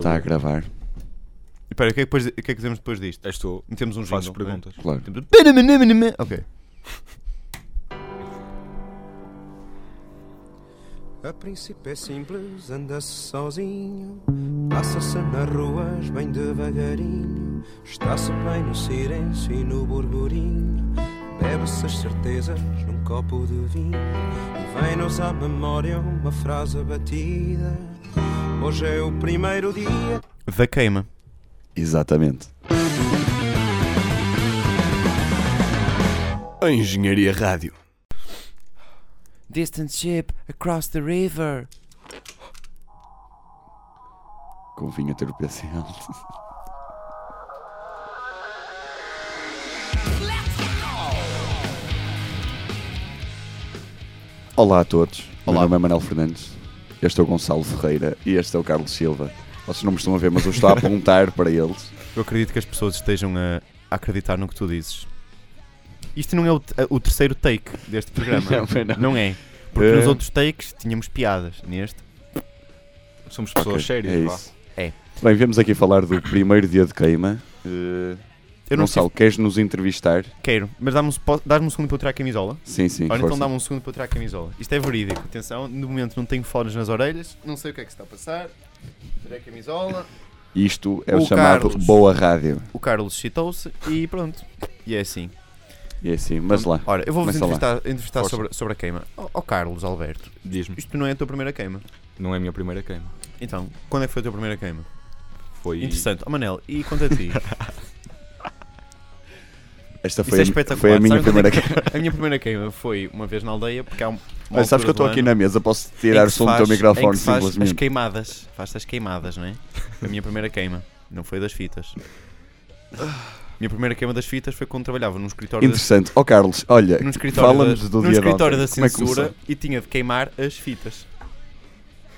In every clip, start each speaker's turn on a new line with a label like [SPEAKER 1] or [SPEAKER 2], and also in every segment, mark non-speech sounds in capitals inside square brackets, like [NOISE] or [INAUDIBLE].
[SPEAKER 1] Está a gravar,
[SPEAKER 2] E pera, o que, é que, depois, o que é que dizemos depois disto?
[SPEAKER 3] És tu.
[SPEAKER 2] Metemos um
[SPEAKER 3] Fazes
[SPEAKER 2] jingle,
[SPEAKER 3] perguntas.
[SPEAKER 2] não é?
[SPEAKER 1] claro.
[SPEAKER 2] Temos- Peramanamana- Ok.
[SPEAKER 4] A princípio é simples, anda-se sozinho, passa-se nas ruas bem devagarinho, está-se bem no silêncio e no burburinho, bebe-se as certezas num copo de vinho, e vem-nos à memória uma frase batida. Hoje é o primeiro dia
[SPEAKER 2] Da queima.
[SPEAKER 1] Exatamente.
[SPEAKER 5] A Engenharia Rádio.
[SPEAKER 6] Distant ship across the river.
[SPEAKER 1] Convinha ter o PC alto. Olá a todos. Olá. Meu nome é Manuel Fernandes. Este é o Gonçalo Ferreira e este é o Carlos Silva. Vocês não me estão a ver, mas eu estou a apontar para eles.
[SPEAKER 2] Eu acredito que as pessoas estejam a, a acreditar no que tu dizes. Isto não é o, te- o terceiro take deste [LAUGHS] programa.
[SPEAKER 1] [LAUGHS] Não, não.
[SPEAKER 2] é. Porque
[SPEAKER 1] É.
[SPEAKER 2] nos outros takes tínhamos piadas. Neste.
[SPEAKER 3] Somos pessoas
[SPEAKER 1] Ok,
[SPEAKER 3] sérias,
[SPEAKER 1] é
[SPEAKER 3] vá.
[SPEAKER 1] isso.
[SPEAKER 2] É.
[SPEAKER 1] Bem, viemos aqui falar do primeiro dia de queima. Eh,
[SPEAKER 2] Eu não
[SPEAKER 1] Gonçalo, queres nos entrevistar?
[SPEAKER 2] sei- quero, mas dá-me um spo- dá-me um segundo para eu tirar a camisola.
[SPEAKER 1] Sim, sim.
[SPEAKER 2] Ora, então
[SPEAKER 1] força.
[SPEAKER 2] dá-me um segundo para eu tirar a camisola. Isto é verídico, atenção, no momento não tenho fones nas orelhas, não sei o que é que se está a passar. Tirei a camisola.
[SPEAKER 1] Isto é o,
[SPEAKER 2] O
[SPEAKER 1] chamado
[SPEAKER 2] Carlos.
[SPEAKER 1] Boa Rádio.
[SPEAKER 2] O Carlos citou-se e pronto. E é assim.
[SPEAKER 1] E é assim, mas lá.
[SPEAKER 2] Ora, eu vou-vos
[SPEAKER 1] Começa lá.
[SPEAKER 2] entrevistar, entrevistar
[SPEAKER 3] Força.
[SPEAKER 2] sobre, sobre a queima. Ó ó Carlos Alberto,
[SPEAKER 3] Diz-me.
[SPEAKER 2] isto não é a tua primeira queima.
[SPEAKER 3] Não é a minha primeira queima.
[SPEAKER 2] Então, quando é que foi a tua primeira queima?
[SPEAKER 3] Foi.
[SPEAKER 2] Interessante. Ó Manel, e conta
[SPEAKER 1] [LAUGHS]
[SPEAKER 2] a ti. é
[SPEAKER 1] Esta
[SPEAKER 2] Isto
[SPEAKER 1] foi,
[SPEAKER 2] é
[SPEAKER 1] a,
[SPEAKER 2] espetacular.
[SPEAKER 1] foi a minha
[SPEAKER 2] Sabes quando
[SPEAKER 1] primeira.
[SPEAKER 2] é que- [LAUGHS] a minha primeira queima foi uma vez na aldeia, porque há um. uma
[SPEAKER 1] Mas sabes que eu
[SPEAKER 2] altura
[SPEAKER 1] estou
[SPEAKER 2] do
[SPEAKER 1] aqui
[SPEAKER 2] ano
[SPEAKER 1] na mesa, posso
[SPEAKER 2] em
[SPEAKER 1] tirar
[SPEAKER 2] que
[SPEAKER 1] o
[SPEAKER 2] se
[SPEAKER 1] som do teu
[SPEAKER 2] faz- em
[SPEAKER 1] microfone
[SPEAKER 2] que se faz as
[SPEAKER 1] simplesmente.
[SPEAKER 2] queimadas. Faz as queimadas, não é? A minha primeira queima. Não foi das fitas. minha primeira queima das fitas foi quando trabalhava num escritório da
[SPEAKER 1] Interessante. Ó Carlos, olha,
[SPEAKER 2] num escritório, da,
[SPEAKER 1] fala-nos do
[SPEAKER 2] num
[SPEAKER 1] dia de
[SPEAKER 2] escritório da
[SPEAKER 1] ontem. Como é que
[SPEAKER 2] censura
[SPEAKER 1] começou?
[SPEAKER 2] e tinha de queimar as fitas.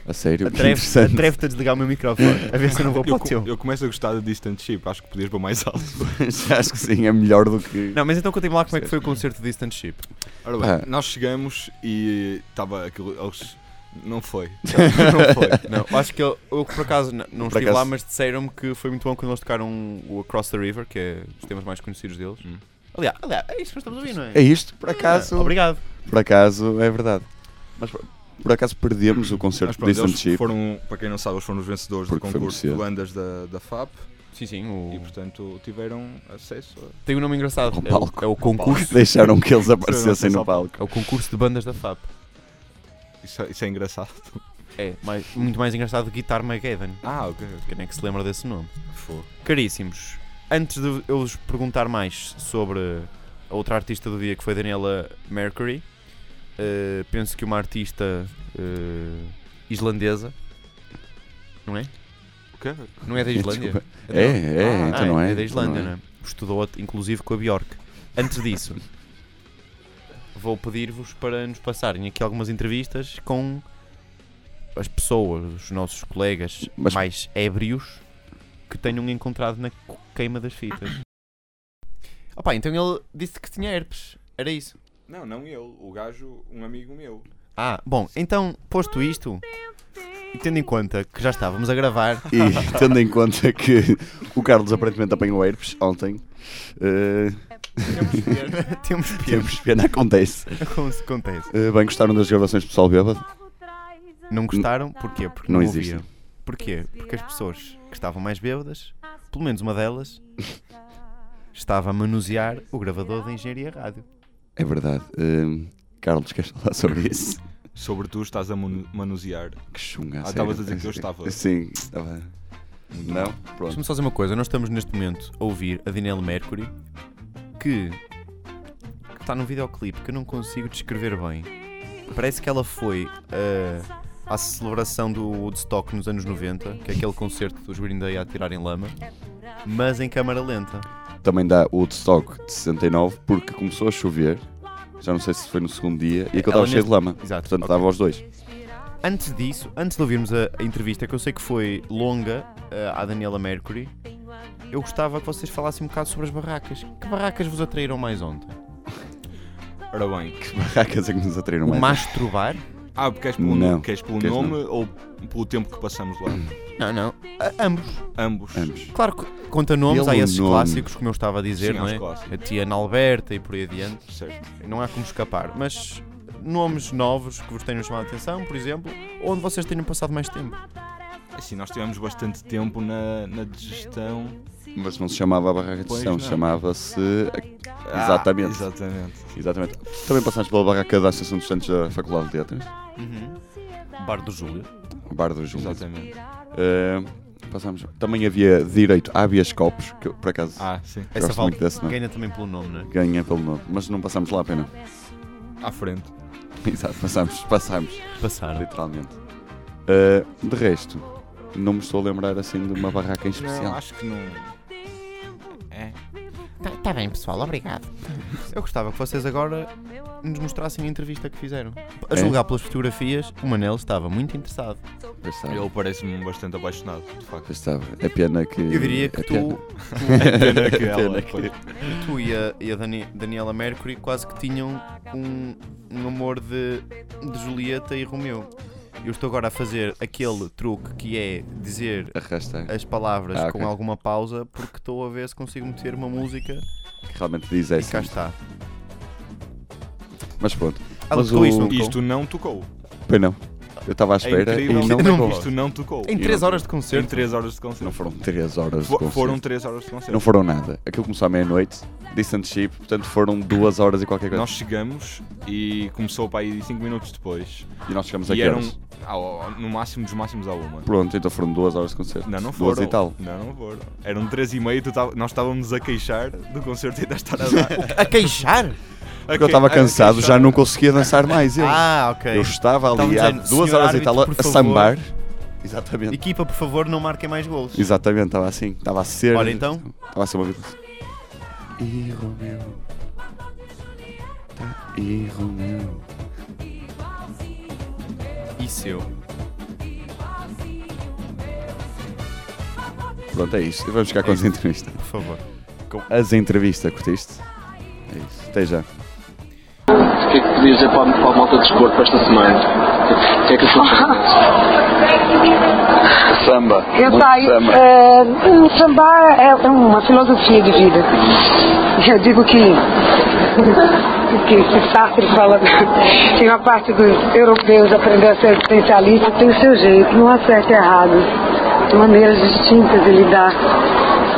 [SPEAKER 1] A sério? Que
[SPEAKER 2] Atreve-te
[SPEAKER 1] Interessante.
[SPEAKER 2] atreve a desligar o meu microfone, a ver se eu não vou para
[SPEAKER 3] Eu,
[SPEAKER 2] o teu.
[SPEAKER 3] co- eu começo a gostar de Distant Ship, acho que podias pôr mais [LAUGHS] alto.
[SPEAKER 1] [LAUGHS] Acho que sim, é melhor do que.
[SPEAKER 2] Não, mas então contem-me lá como é que foi o concerto de Distant [LAUGHS] Ship.
[SPEAKER 3] Ora
[SPEAKER 1] Pá.
[SPEAKER 3] bem, nós chegamos e estava aquilo. Eles. Não foi. Não foi.
[SPEAKER 2] Não, eu acho que eu, eu por acaso n- não
[SPEAKER 1] Por
[SPEAKER 2] estive
[SPEAKER 1] acaso.
[SPEAKER 2] lá, mas disseram-me que foi muito bom quando eles tocaram o Across the River, que é os temas mais conhecidos deles.
[SPEAKER 3] Hum.
[SPEAKER 2] Aliás, aliás, é isto que nós estamos a ouvir, não é?
[SPEAKER 1] É isto, por acaso.
[SPEAKER 2] Ah, obrigado.
[SPEAKER 1] Por acaso, é verdade. Mas por- por acaso perdemos o
[SPEAKER 3] Mas
[SPEAKER 1] concerto de
[SPEAKER 3] pronto,
[SPEAKER 1] Distant
[SPEAKER 3] eles
[SPEAKER 1] Chip.
[SPEAKER 3] foram, para quem não sabe, eles foram os vencedores
[SPEAKER 1] Porque foi
[SPEAKER 3] do
[SPEAKER 1] muito
[SPEAKER 3] concurso
[SPEAKER 1] cedo.
[SPEAKER 3] de bandas da, da FAP
[SPEAKER 2] Sim, sim. o-
[SPEAKER 3] e, portanto, tiveram acesso a.
[SPEAKER 2] Tem um nome engraçado.
[SPEAKER 1] Ao
[SPEAKER 2] É o,
[SPEAKER 1] palco.
[SPEAKER 2] é o concurso,
[SPEAKER 1] Deixaram um que eles
[SPEAKER 3] sei
[SPEAKER 1] aparecessem
[SPEAKER 3] só
[SPEAKER 1] no palco.
[SPEAKER 2] é o concurso de bandas da FAP.
[SPEAKER 3] Isso, é- isso é engraçado.
[SPEAKER 2] É mais- muito mais engraçado Guitar Mageddon.
[SPEAKER 3] Ah, ok. ok.
[SPEAKER 2] Quem é que se lembra desse nome?
[SPEAKER 3] Fogo.
[SPEAKER 2] Caríssimos, antes de eu vos perguntar mais sobre a outra artista do dia que foi Daniela Mercury, eh, penso que uma artista eh, islandesa, não é?
[SPEAKER 3] Ok.
[SPEAKER 2] Não é da Islândia?
[SPEAKER 1] Desculpa. É, é,
[SPEAKER 2] Ah,
[SPEAKER 1] então não é.
[SPEAKER 2] da Islândia,
[SPEAKER 1] então não é.
[SPEAKER 2] não é? Estudou inclusive com a Bjork. Antes disso, vou pedir-vos para nos passarem aqui algumas entrevistas com as pessoas, os nossos colegas
[SPEAKER 1] Mas-
[SPEAKER 2] mais ébrios que tenham encontrado na queima das fitas. Opa, então ele disse que tinha herpes. Era isso.
[SPEAKER 3] Não, não eu. O gajo, um amigo meu.
[SPEAKER 2] Ah, bom, então, posto isto, e tendo em conta que já estávamos a gravar, [LAUGHS]
[SPEAKER 1] E [LAUGHS] tendo em conta que o Carlos aparentemente apanhou herpes ontem, eh,
[SPEAKER 2] temos pena.
[SPEAKER 1] temos pena, acontece.
[SPEAKER 2] Como se acontece.
[SPEAKER 1] Eh, bem, gostaram das gravações do pessoal bêbado?
[SPEAKER 2] Não gostaram? Porquê? Porque
[SPEAKER 1] Não
[SPEAKER 2] não,
[SPEAKER 1] existem.
[SPEAKER 2] ouviram. Porquê? Porque as pessoas que estavam mais bêbadas, pelo menos uma delas, estava a manusear o gravador da Engenharia Rádio.
[SPEAKER 1] É verdade. Eh, Carlos, queres falar sobre isso?
[SPEAKER 3] Sobre tu estás a manu- manusear.
[SPEAKER 1] Que chunga.
[SPEAKER 3] Ah,
[SPEAKER 1] sério.
[SPEAKER 3] estavas a dizer que eu estava.
[SPEAKER 1] Sim, estava. Não? Pronto.
[SPEAKER 2] Deixa-me só dizer uma coisa, nós estamos neste momento a ouvir a Dinelle Mercury, que que está num videoclipe que eu não consigo descrever bem. Parece que ela foi ah, à celebração do Woodstock nos anos 90, que é aquele concerto dos Green Day a tirarem lama, mas em câmara lenta.
[SPEAKER 1] Também dá o Woodstock de 69 porque começou a chover. Já não sei se foi no segundo dia e que eu
[SPEAKER 2] Ela
[SPEAKER 1] estava cheio
[SPEAKER 2] neste-
[SPEAKER 1] de lama.
[SPEAKER 2] Exato.
[SPEAKER 1] Portanto,
[SPEAKER 2] ok.
[SPEAKER 1] dava aos dois. [LAUGHS]
[SPEAKER 2] Antes disso, antes de ouvirmos a, a entrevista, que eu sei que foi longa eh, à Daniela Mercury, eu gostava que vocês falassem um bocado sobre as barracas. Que barracas vos atraíram mais ontem?
[SPEAKER 3] Ora bem,
[SPEAKER 1] Que barracas é que nos atraíram
[SPEAKER 2] O
[SPEAKER 1] mais?
[SPEAKER 2] masturbar?
[SPEAKER 3] Ah, queres pelo,
[SPEAKER 1] Não.
[SPEAKER 3] no- queres pelo
[SPEAKER 1] Queres
[SPEAKER 3] nome ou pelo tempo que passamos lá?
[SPEAKER 2] Não, não. A- ambos.
[SPEAKER 3] Ambos.
[SPEAKER 1] Ambos.
[SPEAKER 2] Claro que conta nomes,
[SPEAKER 1] Ele
[SPEAKER 2] há esses
[SPEAKER 1] nome.
[SPEAKER 2] clássicos, como eu estava a dizer,
[SPEAKER 3] Sim,
[SPEAKER 2] não
[SPEAKER 3] há os
[SPEAKER 2] é?
[SPEAKER 3] clássicos.
[SPEAKER 2] A tia Ana Alberta e por aí adiante.
[SPEAKER 3] Certo.
[SPEAKER 2] Não há como escapar. Mas nomes novos que vos tenham chamado a atenção, por exemplo, onde vocês tenham passado mais tempo.
[SPEAKER 3] Assim, nós tivemos bastante tempo na, na digestão.
[SPEAKER 1] Mas não se chamava a barraca de
[SPEAKER 3] Pois
[SPEAKER 1] gestão,
[SPEAKER 3] não.
[SPEAKER 1] chamava-se.
[SPEAKER 3] Ah,
[SPEAKER 1] Exatamente.
[SPEAKER 3] exatamente.
[SPEAKER 1] Exatamente. Também passaste pela barraca da Associação dos Santos da Faculdade de Letras,
[SPEAKER 2] Uhum. Bar do Júlio.
[SPEAKER 1] o bar do Júlio.
[SPEAKER 3] Exatamente.
[SPEAKER 1] Uh, passámos. Também havia direito a habeas corpus, que eu, por acaso
[SPEAKER 3] Ah, sim.
[SPEAKER 2] Essa
[SPEAKER 1] Gosto
[SPEAKER 2] vale.
[SPEAKER 1] muito desse nome.
[SPEAKER 2] Ganha também pelo nome, não é?
[SPEAKER 1] ganha pelo nome, mas não passámos lá a pena. [LAUGHS]
[SPEAKER 3] À frente.
[SPEAKER 1] Exato, passámos, passámos,
[SPEAKER 2] é? Passaram.
[SPEAKER 1] literalmente. Uh, de resto, não me estou a lembrar assim de uma barraca em
[SPEAKER 3] Não,
[SPEAKER 1] especial.
[SPEAKER 3] acho que não. É.
[SPEAKER 6] Tá, tá bem, pessoal, obrigado.
[SPEAKER 2] Eu gostava que vocês agora nos mostrassem a entrevista que fizeram. A
[SPEAKER 1] É?
[SPEAKER 2] julgar pelas fotografias, o Manel estava muito interessado.
[SPEAKER 1] Pois estava,
[SPEAKER 3] Ele parece-me bastante apaixonado, de facto.
[SPEAKER 1] pois estava. É pena que.
[SPEAKER 2] Eu diria que
[SPEAKER 1] é
[SPEAKER 2] tu,
[SPEAKER 3] [LAUGHS] é
[SPEAKER 1] [LAUGHS]
[SPEAKER 3] Pena que ela.
[SPEAKER 1] Pena que-
[SPEAKER 3] pois.
[SPEAKER 2] tu e a, e a Dani- Daniela Mercury quase que tinham um, um amor de, de Julieta e Romeu. Eu estou agora a fazer aquele truque que é dizer
[SPEAKER 1] Arrastar.
[SPEAKER 2] as palavras
[SPEAKER 1] Ah,
[SPEAKER 2] com
[SPEAKER 1] ok.
[SPEAKER 2] alguma pausa porque estou a ver se consigo meter uma música
[SPEAKER 1] Que realmente diz é
[SPEAKER 2] e cá está.
[SPEAKER 1] Mas pronto,
[SPEAKER 2] Ela
[SPEAKER 1] Mas
[SPEAKER 2] tocou
[SPEAKER 1] o-
[SPEAKER 2] isto, não tocou?
[SPEAKER 3] Isto não tocou.
[SPEAKER 1] pois não. Eu estava à espera
[SPEAKER 3] é
[SPEAKER 1] e
[SPEAKER 3] incrível.
[SPEAKER 1] não,
[SPEAKER 2] não-
[SPEAKER 3] Isto [LAUGHS] não tocou.
[SPEAKER 2] Em 3 horas de
[SPEAKER 3] Em
[SPEAKER 2] concerto.
[SPEAKER 3] 3 horas de concerto.
[SPEAKER 1] não foram 3 horas de
[SPEAKER 3] Fo-
[SPEAKER 1] concerto.
[SPEAKER 3] Foram 3 horas de concerto.
[SPEAKER 1] Não foram nada. Aquilo começou à meia-noite, distance ship, portanto foram 2 horas e qualquer coisa.
[SPEAKER 3] Nós chegamos e começou para aí 5 minutos depois.
[SPEAKER 1] E nós chegamos
[SPEAKER 3] e
[SPEAKER 1] aqui.
[SPEAKER 3] eram ao- ao- no máximo dos máximos à uma.
[SPEAKER 1] Pronto, então foram 2 horas de concerto.
[SPEAKER 3] Não, não
[SPEAKER 1] Duas
[SPEAKER 3] foram.
[SPEAKER 1] e tal.
[SPEAKER 3] Não, não foram. Eram 3 e meia, tu tava- nós estávamos a queixar do concerto e ainda estar a dar.
[SPEAKER 2] A queixar?
[SPEAKER 1] Porque eu estava cansado, já não conseguia dançar mais. Eu,
[SPEAKER 2] Ah, ok.
[SPEAKER 1] eu estava ali
[SPEAKER 2] Estamos
[SPEAKER 1] há
[SPEAKER 2] dizendo,
[SPEAKER 1] duas
[SPEAKER 2] "Senhor
[SPEAKER 1] horas e tal a,
[SPEAKER 2] árbitro,
[SPEAKER 1] a
[SPEAKER 2] por
[SPEAKER 1] sambar. Exatamente.
[SPEAKER 2] Equipa, por favor, não marquem mais golos.
[SPEAKER 1] Exatamente, estava assim. Estava a ser.
[SPEAKER 2] Ora então.
[SPEAKER 1] Estava a ser uma vida. assim. E Romeu. Tá, E Romeu.
[SPEAKER 2] E seu?
[SPEAKER 1] Pronto, é isto. Vamos ficar com as entrevistas.
[SPEAKER 2] Por favor.
[SPEAKER 1] As entrevistas, curtiste? É isso. Até já.
[SPEAKER 5] O que é que podias dizer para a, para a malta de desporto para esta semana? O que é que achou de Samba.
[SPEAKER 7] Eu saio. É, um, sambar é uma filosofia de vida. Eu digo que, que se Sartre fala que uma parte dos europeus aprendeu a ser existencialista, tem o seu jeito, não há certo e errado. Tem maneiras distintas de lidar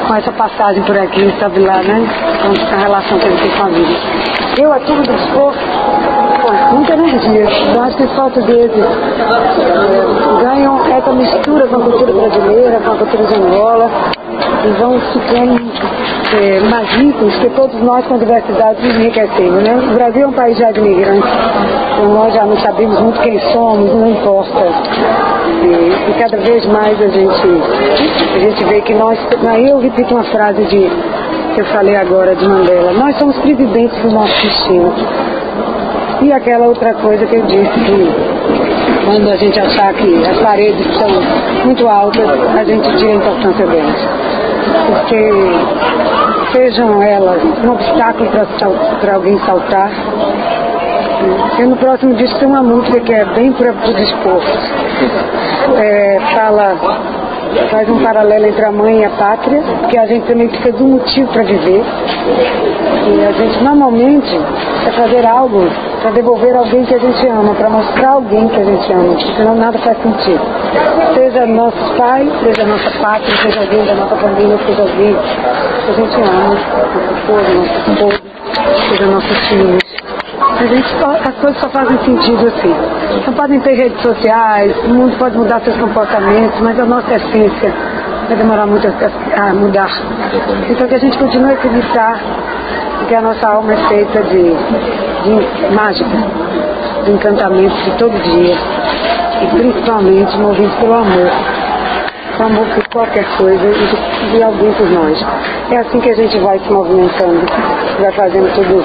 [SPEAKER 7] com essa passagem por aqui, sabe lá, né? Com a relação que ele tem com a vida. Eu atuo do esforço Pô, muita energia. Eu acho que falta deles. eh, Ganham essa mistura com a cultura brasileira, com a cultura de Angola. E vão ficando eh, mais ricos, que todos nós com a diversidade nos enriquecemos. Né? O Brasil é um país já de imigrantes. Então nós já não sabemos muito quem somos, não importa. E, e cada vez mais a gente, a gente vê que nós. Aí eu repito uma frase de, que eu falei agora de Mandela. Nós somos presidentes do nosso destino. E aquela outra coisa que eu disse, que quando a gente achar que as paredes estão muito altas, a gente tira a importância delas. Porque sejam elas um obstáculo para sal- para alguém saltar. Eu no próximo disco tem uma música que é bem para o disposto. É, fala, faz um paralelo entre a mãe e a pátria, que a gente também precisa de um motivo para viver. E a gente normalmente é fazer algo para devolver alguém que a gente ama, para mostrar alguém que a gente ama, senão nada faz sentido. Seja nosso pai, seja nossa pátria, seja alguém da nossa família, seja alguém que a gente ama, nosso esposo, nosso esposo, seja nossos filhos. A gente só, as coisas só fazem sentido assim. Não podem ter redes sociais, o mundo pode mudar seus comportamentos, mas a nossa essência vai demorar muito a, a mudar. Então que a gente continue a acreditar porque a nossa alma é feita de, de mágica, de encantamento de todo dia. E principalmente movido pelo amor. O amor por qualquer coisa e de, de alguém por nós. É assim que a gente vai se movimentando, vai fazendo tudo,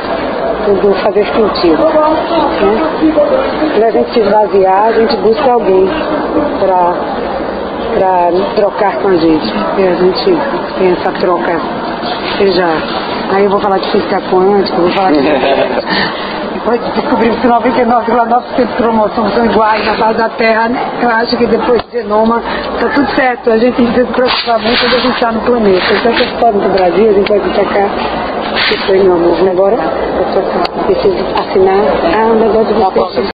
[SPEAKER 7] tudo fazer sentido. Né? Quando a gente se esvaziar, a gente busca alguém para para trocar com a gente. E a gente tem essa troca, seja. Aí eu vou falar de física quântica, vou falar de Depois descobrimos que 99,9% dos cromossomos são iguais na base da Terra, né? Eu acho que depois do genoma está tudo certo. A gente despreocupar muito quando a gente está no planeta. Então, se fora do Brasil, a gente vai vir pra cá. Depois, meu amor, agora eu tô com- preciso assinar. Ah, o negócio de vocês.